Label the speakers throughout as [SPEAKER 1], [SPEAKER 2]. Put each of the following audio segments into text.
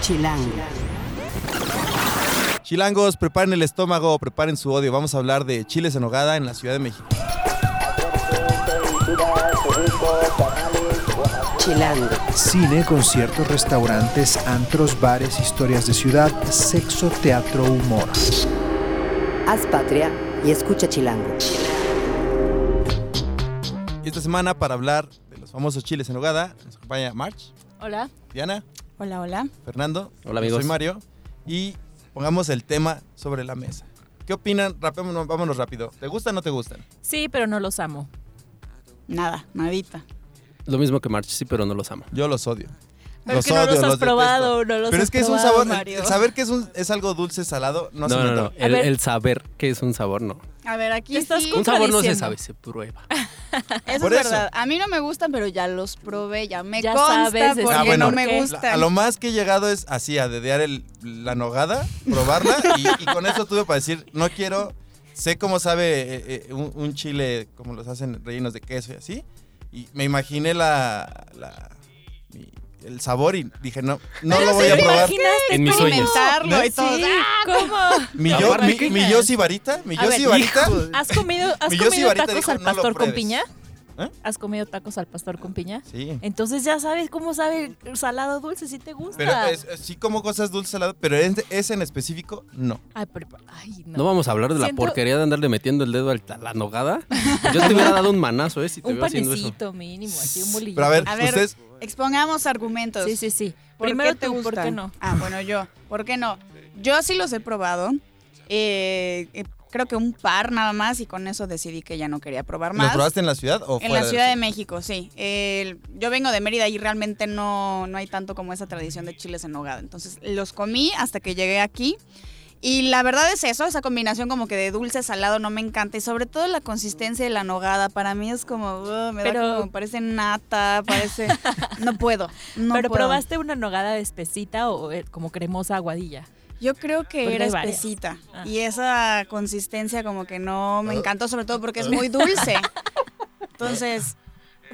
[SPEAKER 1] Chilango.
[SPEAKER 2] Chilangos, preparen el estómago, preparen su odio. Vamos a hablar de chiles en hogada en la Ciudad de México.
[SPEAKER 1] Chilango.
[SPEAKER 3] Cine, conciertos, restaurantes, antros, bares, historias de ciudad, sexo, teatro, humor.
[SPEAKER 1] Haz patria y escucha Chilango.
[SPEAKER 2] Y esta semana para hablar de los famosos chiles en hogada nos acompaña March,
[SPEAKER 4] Hola.
[SPEAKER 2] Diana,
[SPEAKER 4] Hola, hola.
[SPEAKER 2] Fernando.
[SPEAKER 5] Hola, amigos.
[SPEAKER 2] Soy Mario. Y pongamos el tema sobre la mesa. ¿Qué opinan? Rapémonos, vámonos rápido. ¿Te gustan o no te gustan?
[SPEAKER 4] Sí, pero no los amo.
[SPEAKER 6] Nada, nadita.
[SPEAKER 5] Lo mismo que March, sí, pero no los ama.
[SPEAKER 2] Yo los odio.
[SPEAKER 4] Pero es que no los has
[SPEAKER 2] detesto.
[SPEAKER 4] probado, no los
[SPEAKER 2] Pero
[SPEAKER 4] has
[SPEAKER 2] es que es un
[SPEAKER 4] probado,
[SPEAKER 2] sabor.
[SPEAKER 4] Mario.
[SPEAKER 2] el Saber que es, un, es algo dulce, salado, no,
[SPEAKER 5] No,
[SPEAKER 2] se me
[SPEAKER 5] no, no.
[SPEAKER 2] antoja.
[SPEAKER 5] El,
[SPEAKER 4] A ver.
[SPEAKER 5] el saber que es un sabor, no.
[SPEAKER 6] A ver, aquí
[SPEAKER 4] Estás
[SPEAKER 6] sí,
[SPEAKER 4] con-
[SPEAKER 5] Un sabor no se
[SPEAKER 4] Contradiciendo.
[SPEAKER 5] sabe, se prueba.
[SPEAKER 4] Ah,
[SPEAKER 6] eso es
[SPEAKER 2] Por eso.
[SPEAKER 6] verdad. A mí no me gustan, pero ya los probé, ya me
[SPEAKER 4] Ya
[SPEAKER 6] consta
[SPEAKER 4] sabes,
[SPEAKER 6] porque
[SPEAKER 2] Ah, bueno.
[SPEAKER 6] no me
[SPEAKER 4] La-
[SPEAKER 6] gustan.
[SPEAKER 2] A lo más que he llegado es así, a dedear el- la nogada, probarla y, y con eso tuve para decir, no quiero, sé cómo sabe eh, eh, un, un chile, como los hacen rellenos de queso y así, y me imaginé la, la- mi- el sabor y dije, no, no lo voy a probar.
[SPEAKER 4] ¿Imaginaste
[SPEAKER 5] En mis
[SPEAKER 4] cómo?
[SPEAKER 5] sueños.
[SPEAKER 6] Experimentarlo y
[SPEAKER 2] Sí.
[SPEAKER 6] todo. ¡Ah!
[SPEAKER 4] ¿Cómo?
[SPEAKER 2] Mi yo,
[SPEAKER 5] Aparte,
[SPEAKER 2] mi,
[SPEAKER 5] ¿qué
[SPEAKER 2] mi
[SPEAKER 4] tal?
[SPEAKER 2] yo sibarita, mi
[SPEAKER 4] A
[SPEAKER 2] yo
[SPEAKER 4] ver,
[SPEAKER 2] sibarita.
[SPEAKER 4] ¿Has comido, has
[SPEAKER 2] Mi yo
[SPEAKER 4] comido
[SPEAKER 2] sibarita
[SPEAKER 4] tacos
[SPEAKER 2] dijo,
[SPEAKER 4] al
[SPEAKER 2] "No lo
[SPEAKER 4] pastor con
[SPEAKER 2] pruebes".
[SPEAKER 4] piña?
[SPEAKER 2] ¿Eh?
[SPEAKER 4] ¿Has comido tacos al pastor con piña?
[SPEAKER 2] Sí.
[SPEAKER 4] Entonces ya sabes cómo sabe el salado dulce, si te gusta.
[SPEAKER 2] Pero es- es- sí como cosas dulces saladas, pero ese ese en específico, no.
[SPEAKER 4] Ay, pero- ay, no.
[SPEAKER 5] No vamos a hablar de la
[SPEAKER 4] Siento-
[SPEAKER 5] porquería de andarle metiendo el dedo al- a la nogada. Yo te hubiera dado un manazo, ¿eh? Si te
[SPEAKER 4] un
[SPEAKER 5] veo haciendo eso.
[SPEAKER 4] panecito mínimo, así un bolillo.
[SPEAKER 2] Pero a ver,
[SPEAKER 6] A ver,
[SPEAKER 2] ustedes,
[SPEAKER 6] Expongamos argumentos.
[SPEAKER 4] Sí, sí, sí.
[SPEAKER 6] ¿Por
[SPEAKER 4] Primero
[SPEAKER 6] qué te
[SPEAKER 4] tú,
[SPEAKER 6] gustan?
[SPEAKER 4] ¿por qué no?
[SPEAKER 6] Ah, bueno, yo. ¿Por qué no? Yo sí los he probado. eh, eh, creo que un par nada más y con eso decidí que ya no quería probar
[SPEAKER 2] ¿lo
[SPEAKER 6] más.
[SPEAKER 2] probaste en la ciudad o
[SPEAKER 6] En
[SPEAKER 2] fuera
[SPEAKER 6] la Ciudad de
[SPEAKER 2] ciudad?
[SPEAKER 6] México, sí. El- yo vengo de Mérida y realmente no, no hay tanto como esa tradición de chiles en nogada. Entonces los comí hasta que llegué aquí. Y la verdad es eso, esa combinación como que de dulce salado no me encanta. Y sobre todo la consistencia de la nogada. Para mí es como, uh, me da
[SPEAKER 4] Pero-
[SPEAKER 6] como- parece nata, parece... no puedo, no
[SPEAKER 4] pero
[SPEAKER 6] puedo.
[SPEAKER 4] probaste una nogada de espesita o eh, como cremosa aguadilla.
[SPEAKER 6] Yo creo que
[SPEAKER 4] Porque
[SPEAKER 6] era
[SPEAKER 4] hay varias.
[SPEAKER 6] espesita.
[SPEAKER 4] Ah.
[SPEAKER 6] Y esa consistencia como que no
[SPEAKER 2] Ah.
[SPEAKER 6] me encantó, sobre todo porque es muy dulce. Entonces,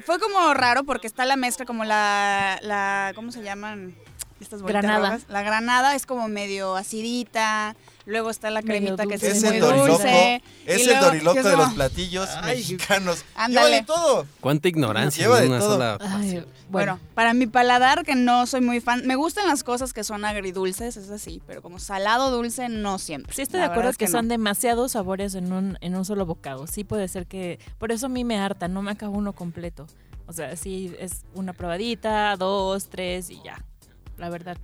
[SPEAKER 6] fue como raro porque está la mezcla como la, la ¿cómo se llaman? Estas bolitas
[SPEAKER 4] Granada.
[SPEAKER 6] rojas. La granada es como medio acidita, luego está la
[SPEAKER 4] Medio
[SPEAKER 6] cremita que
[SPEAKER 4] dulce.
[SPEAKER 2] Es
[SPEAKER 6] es
[SPEAKER 4] Muy
[SPEAKER 2] el
[SPEAKER 6] muy
[SPEAKER 2] doriloco,
[SPEAKER 6] dulce.
[SPEAKER 2] es
[SPEAKER 6] y
[SPEAKER 2] el
[SPEAKER 6] luego-
[SPEAKER 2] doriloco
[SPEAKER 6] yo
[SPEAKER 2] de
[SPEAKER 6] como,
[SPEAKER 2] los platillos mexicanos. Lleva
[SPEAKER 6] Ándale.
[SPEAKER 2] de todo.
[SPEAKER 5] Cuánta ignorancia
[SPEAKER 2] Lleva de
[SPEAKER 5] en una
[SPEAKER 2] todo.
[SPEAKER 5] sola
[SPEAKER 4] Ay,
[SPEAKER 6] Bueno, para mi paladar, que no soy muy fan, me gustan las cosas que son agridulces, es así, pero como salado dulce, no siempre.
[SPEAKER 4] Sí estoy
[SPEAKER 6] La
[SPEAKER 4] de acuerdo
[SPEAKER 6] verdad es
[SPEAKER 4] que,
[SPEAKER 6] no.
[SPEAKER 4] son demasiados sabores en un, en un solo bocado. Sí puede ser que... Por eso a mí me harta, no me acabo uno completo. O sea, sí es una probadita, dos, tres y ya. La verdad.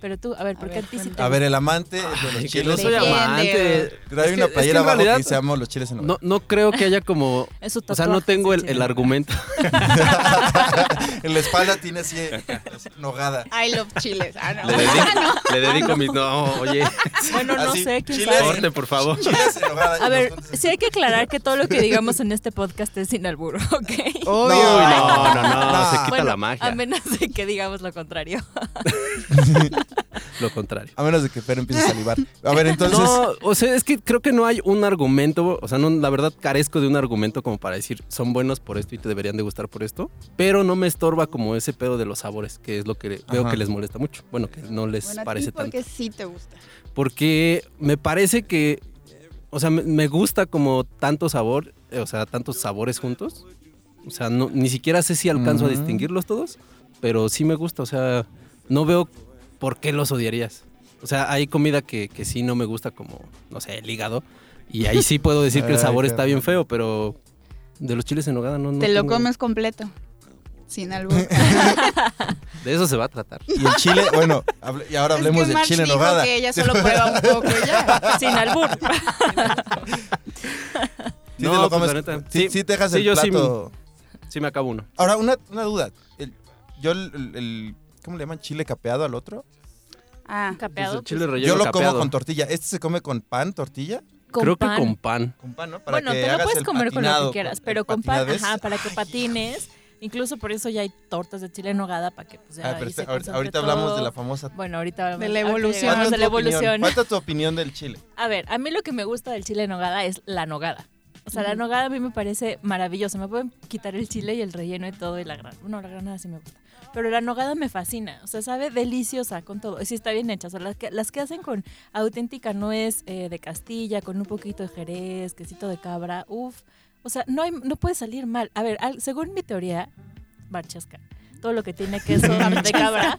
[SPEAKER 4] Pero tú, a ver,
[SPEAKER 6] A
[SPEAKER 4] ¿por qué
[SPEAKER 6] ver,
[SPEAKER 4] a ti sí te
[SPEAKER 2] A ver, el amante de los
[SPEAKER 5] Ay, que no
[SPEAKER 2] chiles.
[SPEAKER 5] soy amante.
[SPEAKER 2] Trae
[SPEAKER 5] Es que-
[SPEAKER 2] una
[SPEAKER 5] es que en
[SPEAKER 2] playera abajo que
[SPEAKER 5] realidad
[SPEAKER 2] dice amo los chiles en
[SPEAKER 5] No, no creo que haya como...
[SPEAKER 4] Es su
[SPEAKER 5] O sea, no
[SPEAKER 4] tatuaje,
[SPEAKER 5] tengo
[SPEAKER 4] sí, Ah,
[SPEAKER 5] el,
[SPEAKER 4] sí.
[SPEAKER 5] el argumento.
[SPEAKER 2] hogada. En la espalda tiene así así, nogada.
[SPEAKER 6] I love chiles. Ah, no.
[SPEAKER 5] Le dedico, le dedico mis... No, oye,
[SPEAKER 4] Bueno, no
[SPEAKER 2] Así,
[SPEAKER 4] sé, quién
[SPEAKER 2] chiles.
[SPEAKER 4] sabe.
[SPEAKER 5] corte, por favor.
[SPEAKER 2] Chiles en hogada.
[SPEAKER 4] A
[SPEAKER 2] Y
[SPEAKER 4] ver,
[SPEAKER 2] los juntas.
[SPEAKER 4] sí hay que aclarar que todo lo que digamos en este podcast es sin albur,
[SPEAKER 2] Oh,
[SPEAKER 4] ¿ok?
[SPEAKER 2] No,
[SPEAKER 5] Uy, no, no, no,
[SPEAKER 2] No.
[SPEAKER 5] se quita
[SPEAKER 4] Bueno,
[SPEAKER 5] la magia.
[SPEAKER 4] A menos de que digamos lo contrario.
[SPEAKER 5] Lo contrario.
[SPEAKER 2] A menos de que Fer empiece a salivar. A ver, entonces.
[SPEAKER 5] No, o sea, es que creo que no hay un argumento, o sea, no, la verdad carezco de un argumento como para decir son buenos por esto y te deberían de gustar por esto, pero no me estorba como ese pedo de los sabores, que es lo que veo
[SPEAKER 2] Ajá.
[SPEAKER 5] que les molesta mucho. Bueno, que no les
[SPEAKER 6] Bueno, a ti
[SPEAKER 5] parece tanto.
[SPEAKER 6] porque sí te gusta.
[SPEAKER 5] Porque me parece que, o sea, me, me gusta como tanto sabor, eh, o sea, tantos sabores juntos. O sea, no, ni siquiera sé si alcanzo a
[SPEAKER 2] Ujú.
[SPEAKER 5] distinguirlos todos, pero sí me gusta, o sea, no veo por qué los odiarías. O sea, hay comida que, que sí no me gusta, como, no sé, el hígado. Y ahí sí puedo decir que el
[SPEAKER 2] Ay,
[SPEAKER 5] sabor
[SPEAKER 2] qué
[SPEAKER 5] está bien
[SPEAKER 2] rico.
[SPEAKER 5] feo, pero de los chiles en nogada no, no
[SPEAKER 6] te lo
[SPEAKER 5] tengo-
[SPEAKER 6] comes completo. Sin albur.
[SPEAKER 5] De eso se va a tratar.
[SPEAKER 2] Y el chile, bueno, hable- y ahora hablemos del chile en hogada.
[SPEAKER 6] que ella solo prueba un poco y ya.
[SPEAKER 4] sin albur.
[SPEAKER 2] Sí
[SPEAKER 5] No,
[SPEAKER 2] te lo
[SPEAKER 5] pues,
[SPEAKER 2] comes.
[SPEAKER 5] la neta.
[SPEAKER 2] sí,
[SPEAKER 5] Sí,
[SPEAKER 2] sí te dejas
[SPEAKER 5] sí,
[SPEAKER 2] el
[SPEAKER 5] yo sí
[SPEAKER 2] plato.
[SPEAKER 5] Sí me acabo uno.
[SPEAKER 2] Ahora, una, una duda. El- yo, el, el- el- ¿Cómo le llaman? ¿Chile capeado al otro?
[SPEAKER 6] Ah,
[SPEAKER 5] Pues
[SPEAKER 4] Capeado.
[SPEAKER 5] el chile
[SPEAKER 4] pues,
[SPEAKER 5] relleno
[SPEAKER 2] Yo lo
[SPEAKER 5] capeado.
[SPEAKER 2] como con tortilla. ¿Este se come con pan, tortilla?
[SPEAKER 4] con
[SPEAKER 5] Creo
[SPEAKER 4] pan.
[SPEAKER 5] que con pan.
[SPEAKER 2] Con pan, ¿no?
[SPEAKER 4] bueno, te lo
[SPEAKER 2] hagas
[SPEAKER 4] puedes
[SPEAKER 2] el
[SPEAKER 4] comer con lo
[SPEAKER 2] patinado,
[SPEAKER 4] que quieras,
[SPEAKER 2] el
[SPEAKER 4] pero con pan,
[SPEAKER 2] patinado.
[SPEAKER 4] ajá, para que patines. Incluso por eso ya hay tortas de chile en nogada para que pues ya
[SPEAKER 2] Ah,
[SPEAKER 4] ahí
[SPEAKER 2] pero
[SPEAKER 4] se
[SPEAKER 2] este- ahorita,
[SPEAKER 4] concentre
[SPEAKER 2] ahorita hablamos de la
[SPEAKER 4] todo.
[SPEAKER 2] famosa.
[SPEAKER 4] Bueno, ahorita hablamos
[SPEAKER 6] De la
[SPEAKER 4] ahorita
[SPEAKER 6] evolución.
[SPEAKER 4] llegamos
[SPEAKER 2] ¿Cuál
[SPEAKER 4] de
[SPEAKER 2] es
[SPEAKER 4] la
[SPEAKER 2] tu opinión?
[SPEAKER 4] evolución.
[SPEAKER 2] ¿Cuál es tu opinión del chile?
[SPEAKER 4] A ver, a mí lo que me gusta del chile en nogada es la nogada. O sea, la nogada a mí me parece maravillosa. Me pueden quitar el chile y el relleno y todo y la granada. Bueno, la granada sí me gusta. Pero la nogada me fascina. O sea, sabe deliciosa con todo. Y Sí está bien hecha. O sea, las que, las que hacen con auténtica nuez eh, de Castilla, con un poquito de jerez, quesito de cabra. Uf. O sea, no, hay- no puede salir mal. A ver, al- según mi teoría, marchasca. Todo lo que tiene queso de cabra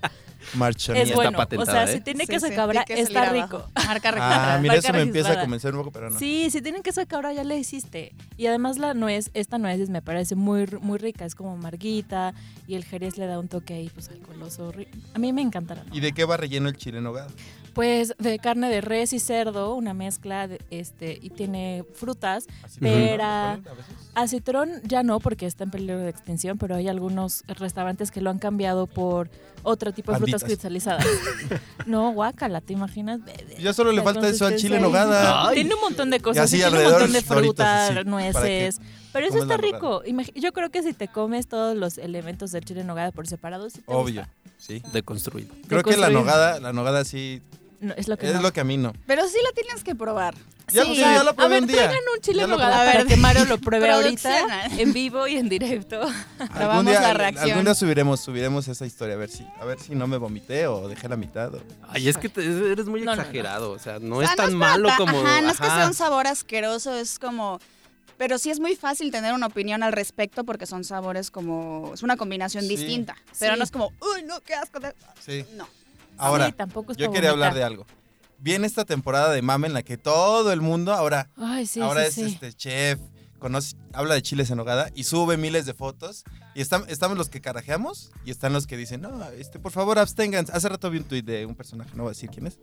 [SPEAKER 2] Marcha
[SPEAKER 4] es
[SPEAKER 5] está
[SPEAKER 2] mía.
[SPEAKER 4] bueno. O
[SPEAKER 5] patentada,
[SPEAKER 4] sea,
[SPEAKER 5] ¿eh?
[SPEAKER 4] si tiene
[SPEAKER 6] Sí,
[SPEAKER 4] queso
[SPEAKER 6] sí,
[SPEAKER 4] de cabra,
[SPEAKER 6] tiene que salir
[SPEAKER 4] está
[SPEAKER 6] abajo.
[SPEAKER 4] rico.
[SPEAKER 6] Marca registrada.
[SPEAKER 2] Ah, mira,
[SPEAKER 4] marca
[SPEAKER 2] eso me empieza a
[SPEAKER 4] registrada.
[SPEAKER 2] convencer un poco, pero no.
[SPEAKER 4] Sí, si tienen queso de cabra ya le hiciste. Y además la nuez, esta nuez me parece muy, muy rica, es como amarguita y el jerez le da un toque ahí pues alcoholoso. ri- A mí me encanta la
[SPEAKER 2] ¿Y
[SPEAKER 4] nuez.
[SPEAKER 2] de qué va relleno el chile en nogada?
[SPEAKER 4] Pues de carne de res y cerdo, una mezcla de, este y tiene frutas.
[SPEAKER 2] Así
[SPEAKER 4] Pera.
[SPEAKER 2] ¿no? ¿A veces?
[SPEAKER 4] Acitrón ya no porque está en peligro de extinción, pero hay algunos restaurantes que lo han cambiado por otro tipo de
[SPEAKER 2] Banditas.
[SPEAKER 4] frutas cristalizadas. no, guácala, ¿te imaginas?
[SPEAKER 2] Ya solo le
[SPEAKER 4] La
[SPEAKER 2] falta eso al chile en
[SPEAKER 4] consistencia.
[SPEAKER 2] nogada.
[SPEAKER 5] Ay.
[SPEAKER 4] Tiene un montón de
[SPEAKER 2] Y
[SPEAKER 4] cosas,
[SPEAKER 2] así
[SPEAKER 4] sí, tiene un
[SPEAKER 2] alrededor
[SPEAKER 4] montón de
[SPEAKER 2] doritos,
[SPEAKER 4] frutas,
[SPEAKER 2] así, para que
[SPEAKER 4] nueces, pero eso
[SPEAKER 2] comas la
[SPEAKER 4] está
[SPEAKER 2] nogada.
[SPEAKER 4] rico. Imag- Yo creo que si te comes todos los elementos del chile en nogada por separado, sí te
[SPEAKER 2] Obvio.
[SPEAKER 4] gusta.
[SPEAKER 2] Sí.
[SPEAKER 5] Deconstruido.
[SPEAKER 2] Creo que la
[SPEAKER 4] Deconstruido.
[SPEAKER 2] nogada, la nogada sí
[SPEAKER 4] No, es lo que
[SPEAKER 2] es
[SPEAKER 4] no.
[SPEAKER 2] lo que a mí no.
[SPEAKER 6] Pero sí la tienes que probar.
[SPEAKER 2] Ya,
[SPEAKER 4] Sí.
[SPEAKER 2] lo, ya lo
[SPEAKER 4] a
[SPEAKER 2] probé
[SPEAKER 4] ver,
[SPEAKER 2] un día.
[SPEAKER 4] traigan un chile
[SPEAKER 2] Ya
[SPEAKER 4] en
[SPEAKER 2] lo
[SPEAKER 4] nogada
[SPEAKER 6] probé.
[SPEAKER 4] para que Mario lo pruebe
[SPEAKER 6] Producción.
[SPEAKER 4] ahorita en vivo y en directo.
[SPEAKER 2] Algún
[SPEAKER 6] Probamos
[SPEAKER 2] día,
[SPEAKER 6] la reacción.
[SPEAKER 2] algún día subiremos, subiremos esa historia, a ver si, a ver si no me vomité o dejé la mitad. o-
[SPEAKER 5] Ay, es que te- eres muy
[SPEAKER 4] No, no, no.
[SPEAKER 5] exagerado. O sea, no
[SPEAKER 6] O sea,
[SPEAKER 5] es tan
[SPEAKER 6] no para
[SPEAKER 5] malo
[SPEAKER 6] ta-
[SPEAKER 5] como.
[SPEAKER 6] Ajá, no es que
[SPEAKER 5] ajá.
[SPEAKER 6] sea un sabor asqueroso, es como... Pero sí es muy fácil tener una opinión al respecto porque son sabores como... Es una combinación
[SPEAKER 2] Sí.
[SPEAKER 6] distinta. Pero
[SPEAKER 4] Sí.
[SPEAKER 6] no es como, uy, no, qué asco. de-".
[SPEAKER 2] Sí.
[SPEAKER 6] No.
[SPEAKER 2] Ahora,
[SPEAKER 4] Sí, tampoco es
[SPEAKER 2] yo
[SPEAKER 4] pa'
[SPEAKER 2] quería
[SPEAKER 4] vomitar.
[SPEAKER 2] hablar de algo. Viene esta temporada de mame en la que todo el mundo ahora,
[SPEAKER 4] Ay, sí,
[SPEAKER 2] ahora
[SPEAKER 4] sí,
[SPEAKER 2] es
[SPEAKER 4] sí.
[SPEAKER 2] este chef, conoce, habla de chiles en nogada y sube miles de fotos. Y están, estamos los que carajeamos y están los que dicen, no, este, por favor, absténganse. Hace rato vi un tuit de un personaje, no voy a decir quién es,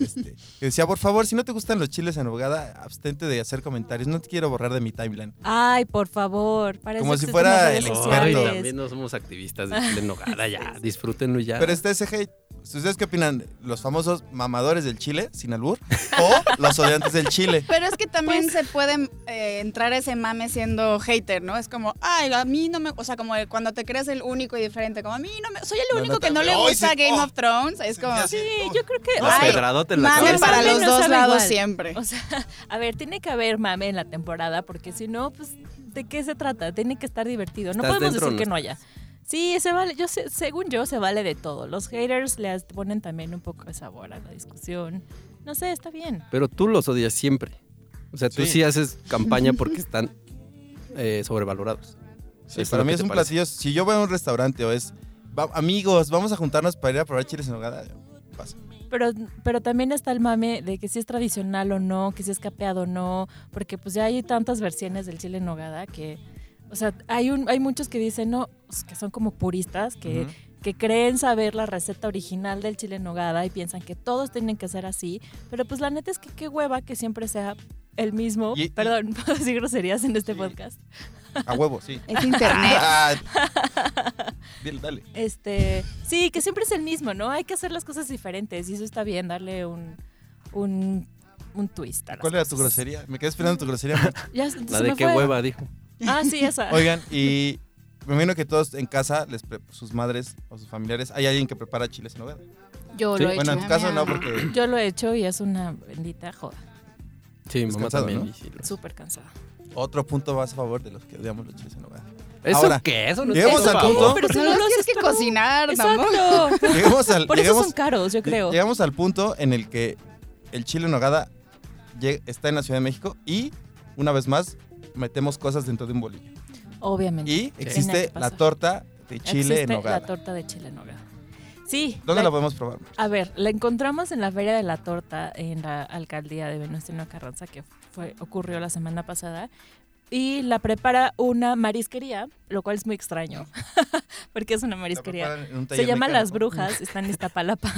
[SPEAKER 2] este, que decía, por favor, si no te gustan los chiles en nogada, abstente de hacer comentarios, no te quiero borrar de mi timeline.
[SPEAKER 4] Ay, por favor. para
[SPEAKER 2] Como
[SPEAKER 4] eso
[SPEAKER 2] si
[SPEAKER 4] existen
[SPEAKER 2] fuera
[SPEAKER 4] las
[SPEAKER 2] el
[SPEAKER 4] redes
[SPEAKER 2] experto.
[SPEAKER 5] Ay,
[SPEAKER 4] sociales.
[SPEAKER 5] también no somos activistas de chile en nogada ya. Disfrútenlo ya.
[SPEAKER 2] Pero está ese hate. ¿Ustedes qué opinan? ¿Los famosos mamadores del chile, sin albur? ¿O los odiantes del chile?
[SPEAKER 6] Pero es que también
[SPEAKER 4] Pues
[SPEAKER 6] se puede eh, entrar ese mame siendo hater, ¿no? Es como, ay, a mí no me... O sea, como el- cuando te crees el único y diferente. Como, a mí no me... Soy el
[SPEAKER 2] No,
[SPEAKER 6] único
[SPEAKER 2] no te-
[SPEAKER 6] que no le
[SPEAKER 2] ¡Ay,
[SPEAKER 6] gusta
[SPEAKER 2] sí!
[SPEAKER 6] Game
[SPEAKER 2] ¡Oh!
[SPEAKER 6] of Thrones. Es como...
[SPEAKER 2] Ya
[SPEAKER 4] Sí,
[SPEAKER 2] sé, oh.
[SPEAKER 4] yo creo que...
[SPEAKER 5] Los
[SPEAKER 4] ay,
[SPEAKER 5] pedradote en la
[SPEAKER 6] Mame
[SPEAKER 5] cabeza.
[SPEAKER 6] para
[SPEAKER 4] Sabe,
[SPEAKER 6] los
[SPEAKER 4] no
[SPEAKER 6] dos
[SPEAKER 4] sabe
[SPEAKER 6] lados
[SPEAKER 4] igual.
[SPEAKER 6] siempre.
[SPEAKER 4] O sea, a ver, tiene que haber mame en la temporada, porque si no, pues, ¿de qué se trata? Tiene que estar divertido. No
[SPEAKER 5] ¿Estás
[SPEAKER 4] podemos
[SPEAKER 5] dentro o
[SPEAKER 4] decir
[SPEAKER 5] no
[SPEAKER 4] que no haya. Sí, se vale. Yo sé- según yo, se vale de todo. Los haters le as- ponen también un poco de sabor a la discusión. No sé, está bien.
[SPEAKER 5] Pero tú los odias siempre. O sea, tú
[SPEAKER 2] Sí.
[SPEAKER 5] sí haces campaña porque están eh, sobrevalorados.
[SPEAKER 2] Sí,
[SPEAKER 5] Eso
[SPEAKER 2] para
[SPEAKER 5] es lo
[SPEAKER 2] mí
[SPEAKER 5] que
[SPEAKER 2] es
[SPEAKER 5] te
[SPEAKER 2] un
[SPEAKER 5] parece.
[SPEAKER 2] platillo. Si yo voy a un restaurante o es, "Va- amigos, vamos a juntarnos para ir a probar chiles en nogada. pasa.
[SPEAKER 4] Pero, pero también está el mame de que si es tradicional o no, que si es capeado o no, porque pues ya hay tantas versiones del chile en nogada que, o sea, hay un, hay muchos que dicen no, pues, que son como puristas, que,
[SPEAKER 2] Ujú.
[SPEAKER 4] que creen saber la receta original del chile en nogada y piensan que todos tienen que ser así, pero pues la neta es que qué hueva que siempre sea el mismo,
[SPEAKER 2] Y- y-
[SPEAKER 4] perdón, puedo decir groserías en este
[SPEAKER 2] Sí.
[SPEAKER 4] podcast.
[SPEAKER 2] A huevo, sí.
[SPEAKER 6] Es internet.
[SPEAKER 2] Ah, dile, dale.
[SPEAKER 4] Este, sí, que siempre es el mismo, ¿no? Hay que hacer las cosas diferentes y eso está bien, darle un un, un twist. a las
[SPEAKER 2] ¿Cuál era tu
[SPEAKER 4] cosas.
[SPEAKER 2] grosería? Me quedé esperando tu grosería.
[SPEAKER 4] Ya,
[SPEAKER 5] La
[SPEAKER 4] se
[SPEAKER 5] de
[SPEAKER 4] me
[SPEAKER 5] qué
[SPEAKER 4] fue.
[SPEAKER 5] hueva, dijo.
[SPEAKER 4] Ah, sí, esa.
[SPEAKER 2] Oigan, y me imagino que todos en casa, les pre- sus madres o sus familiares, hay alguien que prepara chiles en nogada.
[SPEAKER 4] yo
[SPEAKER 5] sí.
[SPEAKER 4] lo he
[SPEAKER 2] Bueno,
[SPEAKER 4] hecho.
[SPEAKER 2] en tu caso no, porque...
[SPEAKER 4] Yo lo he hecho y es una bendita joda.
[SPEAKER 5] Sí, mi
[SPEAKER 2] Es
[SPEAKER 5] mamá
[SPEAKER 2] Pues cansado,
[SPEAKER 5] también.
[SPEAKER 2] ¿no?
[SPEAKER 5] y sí lo-
[SPEAKER 4] Súper cansada.
[SPEAKER 2] Otro punto vas a favor de los que odiamos los chiles en nogada.
[SPEAKER 5] ¿Eso
[SPEAKER 2] Ahora,
[SPEAKER 5] qué? Eso no es
[SPEAKER 2] llegamos
[SPEAKER 5] por
[SPEAKER 2] al
[SPEAKER 5] favor.
[SPEAKER 2] punto-
[SPEAKER 4] Pero si
[SPEAKER 6] Pues, No
[SPEAKER 4] no,
[SPEAKER 6] los
[SPEAKER 4] lo
[SPEAKER 6] tienes
[SPEAKER 4] haces
[SPEAKER 6] que
[SPEAKER 4] tú.
[SPEAKER 6] cocinar tampoco.
[SPEAKER 4] Exacto.
[SPEAKER 2] Llegamos al...
[SPEAKER 4] Por eso
[SPEAKER 2] llegamos,
[SPEAKER 4] son caros, yo creo.
[SPEAKER 2] Llegamos al punto en el que el chile en nogada lleg- está en la Ciudad de México y, una vez más, metemos cosas dentro de un bolillo.
[SPEAKER 4] Obviamente.
[SPEAKER 2] Y
[SPEAKER 4] Tenía
[SPEAKER 2] existe
[SPEAKER 4] que
[SPEAKER 2] la
[SPEAKER 4] pasar.
[SPEAKER 2] torta de chile en
[SPEAKER 4] Existe la
[SPEAKER 2] nogada.
[SPEAKER 4] torta de chile en nogada. Sí.
[SPEAKER 2] ¿Dónde
[SPEAKER 4] la-
[SPEAKER 2] la podemos probar?
[SPEAKER 4] A ver, la encontramos en la Feria de la Torta en la alcaldía de Venustiano Carranza, que fue, ocurrió la semana pasada. Y la prepara una marisquería, lo cual es muy extraño, porque es una marisquería. Se llama Las Brujas, está en Iztapalapa.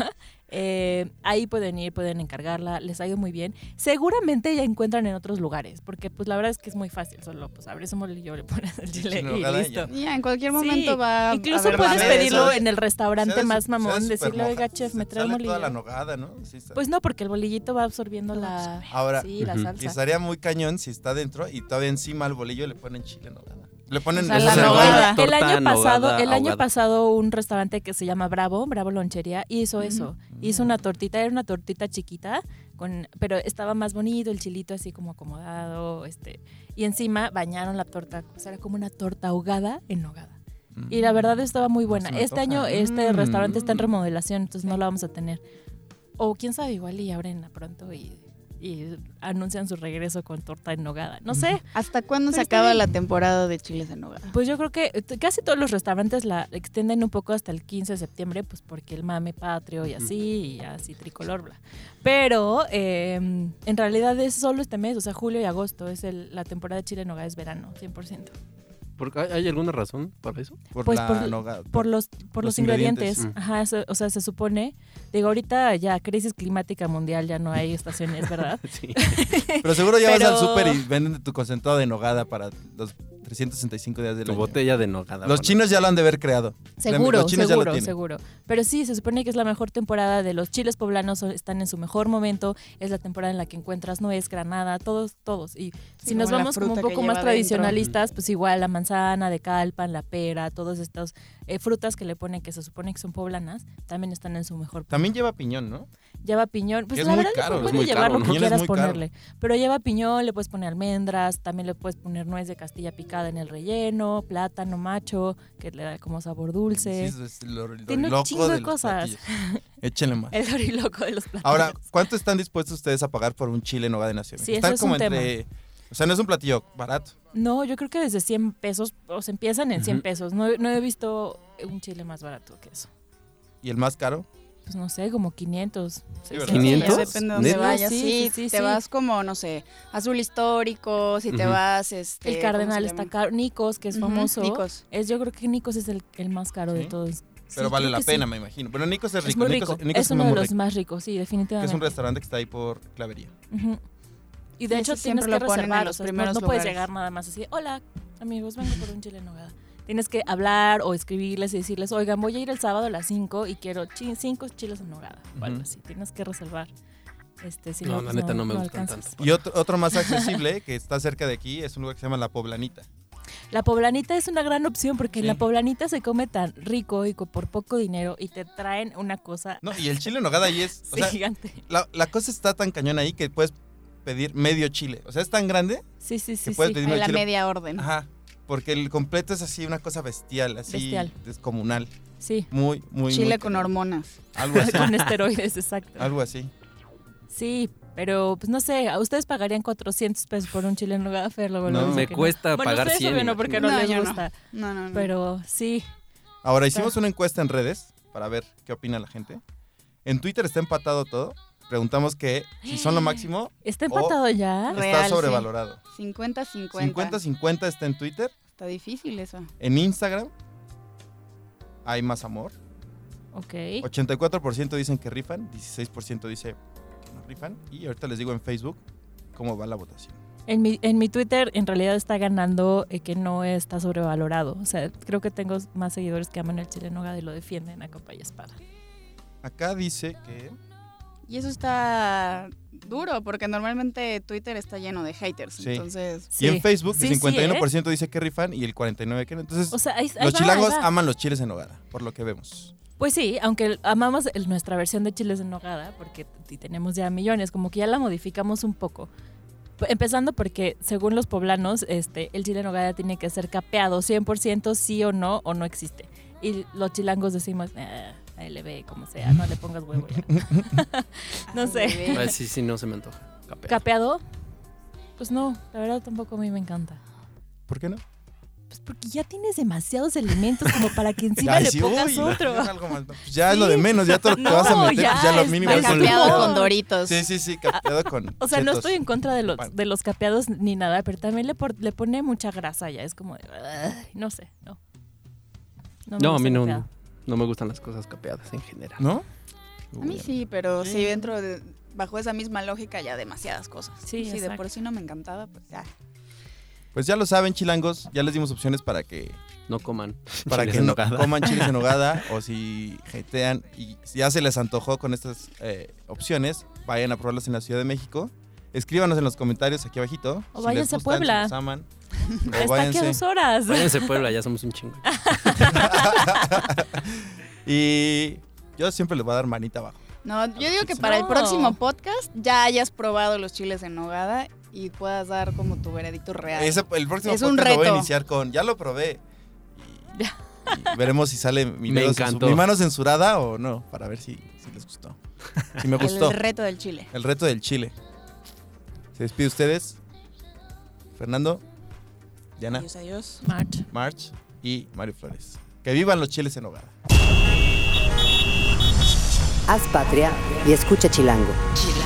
[SPEAKER 4] Eh, ahí pueden ir, pueden encargarla, les ha ido muy bien. Seguramente ya encuentran en otros lugares, porque pues la verdad es que es muy fácil, solo pues abres un bolillo, le pones el chile
[SPEAKER 2] Chile
[SPEAKER 4] y
[SPEAKER 2] nogada y
[SPEAKER 4] listo.
[SPEAKER 6] Ya, en cualquier
[SPEAKER 4] Sí,
[SPEAKER 6] momento va a
[SPEAKER 4] Incluso
[SPEAKER 6] haber
[SPEAKER 4] puedes
[SPEAKER 6] mame.
[SPEAKER 2] mames,
[SPEAKER 4] pedirlo
[SPEAKER 2] ¿sabes?
[SPEAKER 4] en el restaurante más mamón, decirle, oiga, chef, me trae un
[SPEAKER 2] molillo. toda la
[SPEAKER 4] bolillo.
[SPEAKER 2] nogada, ¿no? Sí, está-
[SPEAKER 4] Pues no, porque el bolillito va absorbiendo la,
[SPEAKER 2] Ahora,
[SPEAKER 4] sí, la
[SPEAKER 5] Ujú.
[SPEAKER 2] y
[SPEAKER 4] salsa.
[SPEAKER 2] estaría muy cañón si está dentro y todavía encima al bolillo le ponen chile en nogada. Le ponen
[SPEAKER 6] O sea,
[SPEAKER 2] eso
[SPEAKER 6] la
[SPEAKER 2] se lo-
[SPEAKER 6] nogada.
[SPEAKER 4] El
[SPEAKER 5] Torta
[SPEAKER 4] año pasado,
[SPEAKER 5] nogada,
[SPEAKER 4] el año
[SPEAKER 5] ahogada.
[SPEAKER 4] pasado un restaurante que se llama Bravo, Bravo Lonchería, hizo eso. Hizo una tortita, era una tortita chiquita, con, pero estaba más bonito, el chilito así como acomodado, este, y encima bañaron la torta, o sea, era como una torta ahogada en nogada. Y la verdad estaba muy buena.
[SPEAKER 2] Se me
[SPEAKER 4] Este
[SPEAKER 2] antoja.
[SPEAKER 4] año este
[SPEAKER 2] Mm.
[SPEAKER 4] restaurante está en remodelación, entonces no la vamos a tener. O quién sabe, igual y abren pronto y, y anuncian su regreso con torta en nogada. No sé,
[SPEAKER 6] ¿Hasta cuándo se
[SPEAKER 4] Pero está
[SPEAKER 6] acaba
[SPEAKER 4] bien.
[SPEAKER 6] la temporada de chiles en nogada?
[SPEAKER 4] Pues yo creo que t- casi todos los restaurantes la extienden un poco hasta el 15 de septiembre, pues porque el mame patrio y así, y así tricolor, bla. Pero eh, en realidad es solo este mes, o sea, julio y agosto es el- la temporada de Chile en Nogada, es verano, 100%.
[SPEAKER 5] ¿Por qué? ¿Hay alguna razón para eso?
[SPEAKER 2] Por
[SPEAKER 4] Pues
[SPEAKER 2] la
[SPEAKER 4] por-
[SPEAKER 2] nogada.
[SPEAKER 4] Por los, por
[SPEAKER 2] Los
[SPEAKER 4] los,
[SPEAKER 2] mm.
[SPEAKER 4] ingredientes,
[SPEAKER 5] ingredientes.
[SPEAKER 4] ajá, eso- o sea, se supone, digo, ahorita ya crisis climática mundial, ya no hay estaciones, ¿verdad?
[SPEAKER 5] Sí.
[SPEAKER 2] Pero seguro ya vas
[SPEAKER 4] Pero-
[SPEAKER 2] al súper y venden tu concentrado de nogada para los 365 días del
[SPEAKER 5] Tu
[SPEAKER 2] año.
[SPEAKER 5] botella de nogada.
[SPEAKER 2] Los
[SPEAKER 5] bueno.
[SPEAKER 2] chinos ya lo han de haber creado.
[SPEAKER 4] Seguro,
[SPEAKER 2] Los chinos ya lo
[SPEAKER 4] seguro,
[SPEAKER 2] tienen.
[SPEAKER 4] seguro. Pero sí, se supone que es la mejor temporada de los chiles poblanos, son- están en su mejor momento, es la temporada en la que encuentras nuez, granada, todos, todos. Y si nos
[SPEAKER 6] como la
[SPEAKER 4] vamos como un
[SPEAKER 6] fruta que
[SPEAKER 4] poco más
[SPEAKER 2] Mm.
[SPEAKER 6] lleva adentro.
[SPEAKER 4] tradicionalistas, pues igual la manzana de calpan, la pera, todas estas eh, frutas que le ponen que se supone que son poblanas, también están en su mejor.
[SPEAKER 2] También lleva piñón, ¿no?
[SPEAKER 4] Lleva piñón, pues
[SPEAKER 2] Que es
[SPEAKER 4] la
[SPEAKER 2] muy
[SPEAKER 4] verdad
[SPEAKER 2] caro,
[SPEAKER 4] le
[SPEAKER 2] es
[SPEAKER 4] puedes
[SPEAKER 5] muy
[SPEAKER 4] llevar
[SPEAKER 5] caro,
[SPEAKER 4] lo
[SPEAKER 2] ¿no?
[SPEAKER 4] que
[SPEAKER 2] Piñón es
[SPEAKER 4] quieras
[SPEAKER 2] muy caro.
[SPEAKER 4] ponerle. Pero lleva piñón, le puedes poner almendras, también le puedes poner nuez de castilla picada en el relleno, plátano macho, que le da como sabor dulce.
[SPEAKER 2] Sí, es lo, lo
[SPEAKER 4] Tiene un
[SPEAKER 2] loco
[SPEAKER 4] chingo de
[SPEAKER 2] los
[SPEAKER 4] cosas.
[SPEAKER 2] platillos. Échenle más.
[SPEAKER 4] El oriloco de los platillos.
[SPEAKER 2] Ahora, ¿cuánto están dispuestos ustedes a pagar por un chile en nogada de nación?
[SPEAKER 4] Sí,
[SPEAKER 2] Está
[SPEAKER 4] eso es
[SPEAKER 2] como
[SPEAKER 4] un tema.
[SPEAKER 2] entre... O sea, no es un platillo barato.
[SPEAKER 4] No, yo creo que desde 100 pesos, o se empiezan en 100
[SPEAKER 5] Ujú.
[SPEAKER 4] pesos. No, no he visto un chile más barato que eso.
[SPEAKER 2] ¿Y el más caro?
[SPEAKER 4] Pues no sé, como 500.
[SPEAKER 2] ¿verdad?
[SPEAKER 5] 500?
[SPEAKER 6] Sí, depende de dónde
[SPEAKER 5] ¿Neta?
[SPEAKER 6] vayas.
[SPEAKER 4] Sí,
[SPEAKER 6] Sí,
[SPEAKER 4] sí, sí,
[SPEAKER 6] te
[SPEAKER 4] sí.
[SPEAKER 6] vas como, no sé, azul histórico, si te
[SPEAKER 5] Ujú.
[SPEAKER 6] vas, este...
[SPEAKER 4] El
[SPEAKER 6] ¿cómo
[SPEAKER 4] cardenal
[SPEAKER 6] se
[SPEAKER 4] está
[SPEAKER 6] llama?
[SPEAKER 4] caro. Nicos, que es
[SPEAKER 6] Ujú,
[SPEAKER 4] famoso.
[SPEAKER 6] Nicos.
[SPEAKER 4] Es, yo creo que Nicos es el, el más caro de
[SPEAKER 2] ¿Sí?
[SPEAKER 4] todos.
[SPEAKER 2] Pero
[SPEAKER 4] Sí,
[SPEAKER 2] vale
[SPEAKER 4] creo
[SPEAKER 2] la
[SPEAKER 4] que sí.
[SPEAKER 2] pena, me imagino. Pero Nico es rico.
[SPEAKER 4] Es muy
[SPEAKER 2] Nico's-
[SPEAKER 4] rico.
[SPEAKER 2] Nico's
[SPEAKER 4] es uno de
[SPEAKER 2] muy
[SPEAKER 4] los
[SPEAKER 2] rico,
[SPEAKER 4] más ricos, sí,
[SPEAKER 2] Que
[SPEAKER 4] definitivamente.
[SPEAKER 2] es un restaurante que está ahí por Clavería.
[SPEAKER 4] Ujú. Y de
[SPEAKER 6] Ese
[SPEAKER 4] hecho
[SPEAKER 6] siempre
[SPEAKER 4] tienes que
[SPEAKER 6] lo ponen en
[SPEAKER 4] reservar,
[SPEAKER 6] los
[SPEAKER 4] o sea, no-
[SPEAKER 6] primeros
[SPEAKER 4] no, puedes
[SPEAKER 6] lugares.
[SPEAKER 4] llegar nada más así, hola amigos, vengo por un chile en nogada. Tienes que hablar o escribirles y decirles, oigan, voy a ir el sábado a las 5 y quiero 5 chiles en nogada. O algo
[SPEAKER 2] Ujú.
[SPEAKER 4] así, tienes que reservar. Este, si
[SPEAKER 5] No, la
[SPEAKER 4] pues
[SPEAKER 5] neta no me gustan
[SPEAKER 4] alcanzas.
[SPEAKER 5] tanto.
[SPEAKER 2] Y otro, otro más accesible que está cerca de aquí es un lugar que se llama La Poblanita.
[SPEAKER 4] La poblanita es una gran opción porque en la
[SPEAKER 2] Sí.
[SPEAKER 4] poblanita se come tan rico y co- por poco dinero y te traen una cosa
[SPEAKER 2] No, y el chile en nogada ahí es... o
[SPEAKER 4] sí,
[SPEAKER 2] sea,
[SPEAKER 4] gigante.
[SPEAKER 2] la, la cosa está tan cañón ahí que puedes pedir medio chile. O sea, es tan grande
[SPEAKER 4] Sí, sí, sí.
[SPEAKER 2] que puedes
[SPEAKER 4] sí.
[SPEAKER 2] pedir
[SPEAKER 6] A
[SPEAKER 2] medio
[SPEAKER 6] la
[SPEAKER 2] chile. Ah,
[SPEAKER 6] media orden.
[SPEAKER 2] Ajá. Porque el completo es así una cosa bestial, así
[SPEAKER 4] Bestial.
[SPEAKER 2] descomunal.
[SPEAKER 4] Sí,
[SPEAKER 2] Muy, muy...
[SPEAKER 6] Chile
[SPEAKER 2] muy
[SPEAKER 6] con
[SPEAKER 2] cañón.
[SPEAKER 6] hormonas.
[SPEAKER 2] Algo así.
[SPEAKER 4] con esteroides, exacto.
[SPEAKER 2] algo así.
[SPEAKER 4] Sí, pero pues no sé, ¿a ustedes pagarían 400 pesos por un chile en lugar de luego,
[SPEAKER 2] No,
[SPEAKER 4] luego dicen
[SPEAKER 5] me
[SPEAKER 4] que
[SPEAKER 5] cuesta
[SPEAKER 4] Bueno,
[SPEAKER 5] pagar
[SPEAKER 4] ustedes
[SPEAKER 5] 100.
[SPEAKER 4] obvio no, porque no,
[SPEAKER 6] No,
[SPEAKER 4] les
[SPEAKER 6] yo no.
[SPEAKER 4] gusta,
[SPEAKER 6] No, no, no.
[SPEAKER 4] pero sí.
[SPEAKER 2] Ahora,
[SPEAKER 4] Está.
[SPEAKER 2] hicimos una encuesta en redes para ver qué opina la gente. En Twitter está empatado todo. Preguntamos que si son lo máximo,
[SPEAKER 4] ¿Está empatado ya?
[SPEAKER 6] Real,
[SPEAKER 2] está
[SPEAKER 6] sí.
[SPEAKER 2] sobrevalorado.
[SPEAKER 6] 50-50.
[SPEAKER 2] 50-50 está en Twitter.
[SPEAKER 6] Está difícil eso.
[SPEAKER 2] En Instagram hay más amor.
[SPEAKER 4] Ok.
[SPEAKER 2] 84% dicen que rifan, 16% dice que no rifan. Y ahorita les digo en Facebook cómo va la votación.
[SPEAKER 4] En mi, en mi Twitter en realidad está ganando eh, que no está sobrevalorado. O sea, creo que tengo más seguidores que aman el chile en nogada y lo defienden a copa y espada.
[SPEAKER 2] Acá dice que...
[SPEAKER 6] Y eso está duro, porque normalmente Twitter está lleno de haters.
[SPEAKER 2] Sí.
[SPEAKER 6] Entonces,
[SPEAKER 4] Sí.
[SPEAKER 2] Y en Facebook
[SPEAKER 4] Sí, sí,
[SPEAKER 2] el 51% dice que rifan y el 49% que no. Entonces,
[SPEAKER 4] O sea, ahí, ahí
[SPEAKER 2] los
[SPEAKER 4] va, ahí
[SPEAKER 2] chilangos
[SPEAKER 4] va.
[SPEAKER 2] aman los chiles en nogada, por lo que vemos.
[SPEAKER 4] Pues sí, aunque el- amamos el- nuestra versión de chiles en nogada, porque t- tenemos ya millones, como que ya la modificamos un poco. P- Empezando porque, según los poblanos, este, el chile en nogada tiene que ser capeado 100% sí o no, o no existe. Y los chilangos decimos, "Ah, ahí le ve como sea, no le pongas huevo ya". no sé.
[SPEAKER 6] bebé.
[SPEAKER 5] Ay, sí, sí, no se me antoja. Capea.
[SPEAKER 4] ¿Capeado? Pues no, la verdad tampoco a mí me encanta.
[SPEAKER 2] ¿Por qué no?
[SPEAKER 4] Pues porque ya tienes demasiados elementos como para que encima
[SPEAKER 2] Ay,
[SPEAKER 4] le
[SPEAKER 2] sí,
[SPEAKER 4] pongas
[SPEAKER 2] uy,
[SPEAKER 4] otro.
[SPEAKER 2] ya es algo más, no, pues ya es
[SPEAKER 4] Sí.
[SPEAKER 2] lo de menos, ya todo lo que te
[SPEAKER 4] No,
[SPEAKER 2] vas a meter,
[SPEAKER 4] ya
[SPEAKER 2] pues ya lo
[SPEAKER 4] es
[SPEAKER 2] mínimo
[SPEAKER 4] mal
[SPEAKER 2] es el-
[SPEAKER 4] capeado
[SPEAKER 6] Capeado
[SPEAKER 4] No.
[SPEAKER 6] con doritos.
[SPEAKER 2] Sí, sí, sí, capeado con.
[SPEAKER 4] O sea, no
[SPEAKER 2] chetos.
[SPEAKER 4] estoy en contra de los,
[SPEAKER 2] Bueno.
[SPEAKER 4] de los capeados ni nada, pero también le, por- le pone mucha grasa ya. Es como de. "Ay", no sé, no. me
[SPEAKER 5] No, a
[SPEAKER 4] gusta
[SPEAKER 5] mí
[SPEAKER 4] el
[SPEAKER 5] no,
[SPEAKER 4] capeado.
[SPEAKER 5] no, no me gustan las cosas capeadas en general.
[SPEAKER 2] ¿No?
[SPEAKER 6] A mí sí, pero
[SPEAKER 2] Sí.
[SPEAKER 6] sí, dentro de, bajo esa misma lógica ya demasiadas cosas.
[SPEAKER 4] Sí,
[SPEAKER 6] si de
[SPEAKER 4] exacto.
[SPEAKER 6] por sí no me encantaba, pues ya.
[SPEAKER 2] Pues ya lo saben, chilangos, ya les dimos opciones para que,
[SPEAKER 5] No coman.
[SPEAKER 2] para
[SPEAKER 5] chiles
[SPEAKER 2] que
[SPEAKER 5] en
[SPEAKER 2] no
[SPEAKER 5] nogada.
[SPEAKER 2] coman chiles en hogada o si jetean y si ya se les antojó con estas eh, opciones, vayan a probarlas en la Ciudad de México. Escríbanos en los comentarios aquí abajito.
[SPEAKER 4] O
[SPEAKER 2] si les
[SPEAKER 4] váyanse a
[SPEAKER 2] gustan, si
[SPEAKER 4] Puebla.
[SPEAKER 2] los aman. O
[SPEAKER 4] Está aquí a dos
[SPEAKER 2] váyanse.
[SPEAKER 4] horas.
[SPEAKER 5] Váyanse Puebla, ya somos un chingo.
[SPEAKER 2] y yo siempre les voy a dar manita abajo.
[SPEAKER 6] Ah, pues No, yo digo que
[SPEAKER 2] chiles.
[SPEAKER 6] para el
[SPEAKER 4] No.
[SPEAKER 6] próximo podcast ya hayas probado los chiles en nogada y puedas dar como tu veredicto real.
[SPEAKER 2] Ese- el próximo
[SPEAKER 6] Es un
[SPEAKER 2] podcast lo voy a
[SPEAKER 6] reto.
[SPEAKER 2] iniciar con ya lo probé. Y- y veremos si sale mi,
[SPEAKER 5] Me
[SPEAKER 2] dedo censu-
[SPEAKER 5] encantó.
[SPEAKER 2] mi mano censurada o no, para ver si, si les gustó. Si me gustó.
[SPEAKER 6] El reto del chile.
[SPEAKER 2] El reto del chile. Se despide ustedes. Fernando, Diana,
[SPEAKER 6] Adiós, adiós.
[SPEAKER 4] March.
[SPEAKER 2] March y Mario Flores. Que vivan los chiles en hogada.
[SPEAKER 1] Haz patria y escucha Chilango.
[SPEAKER 6] Chile.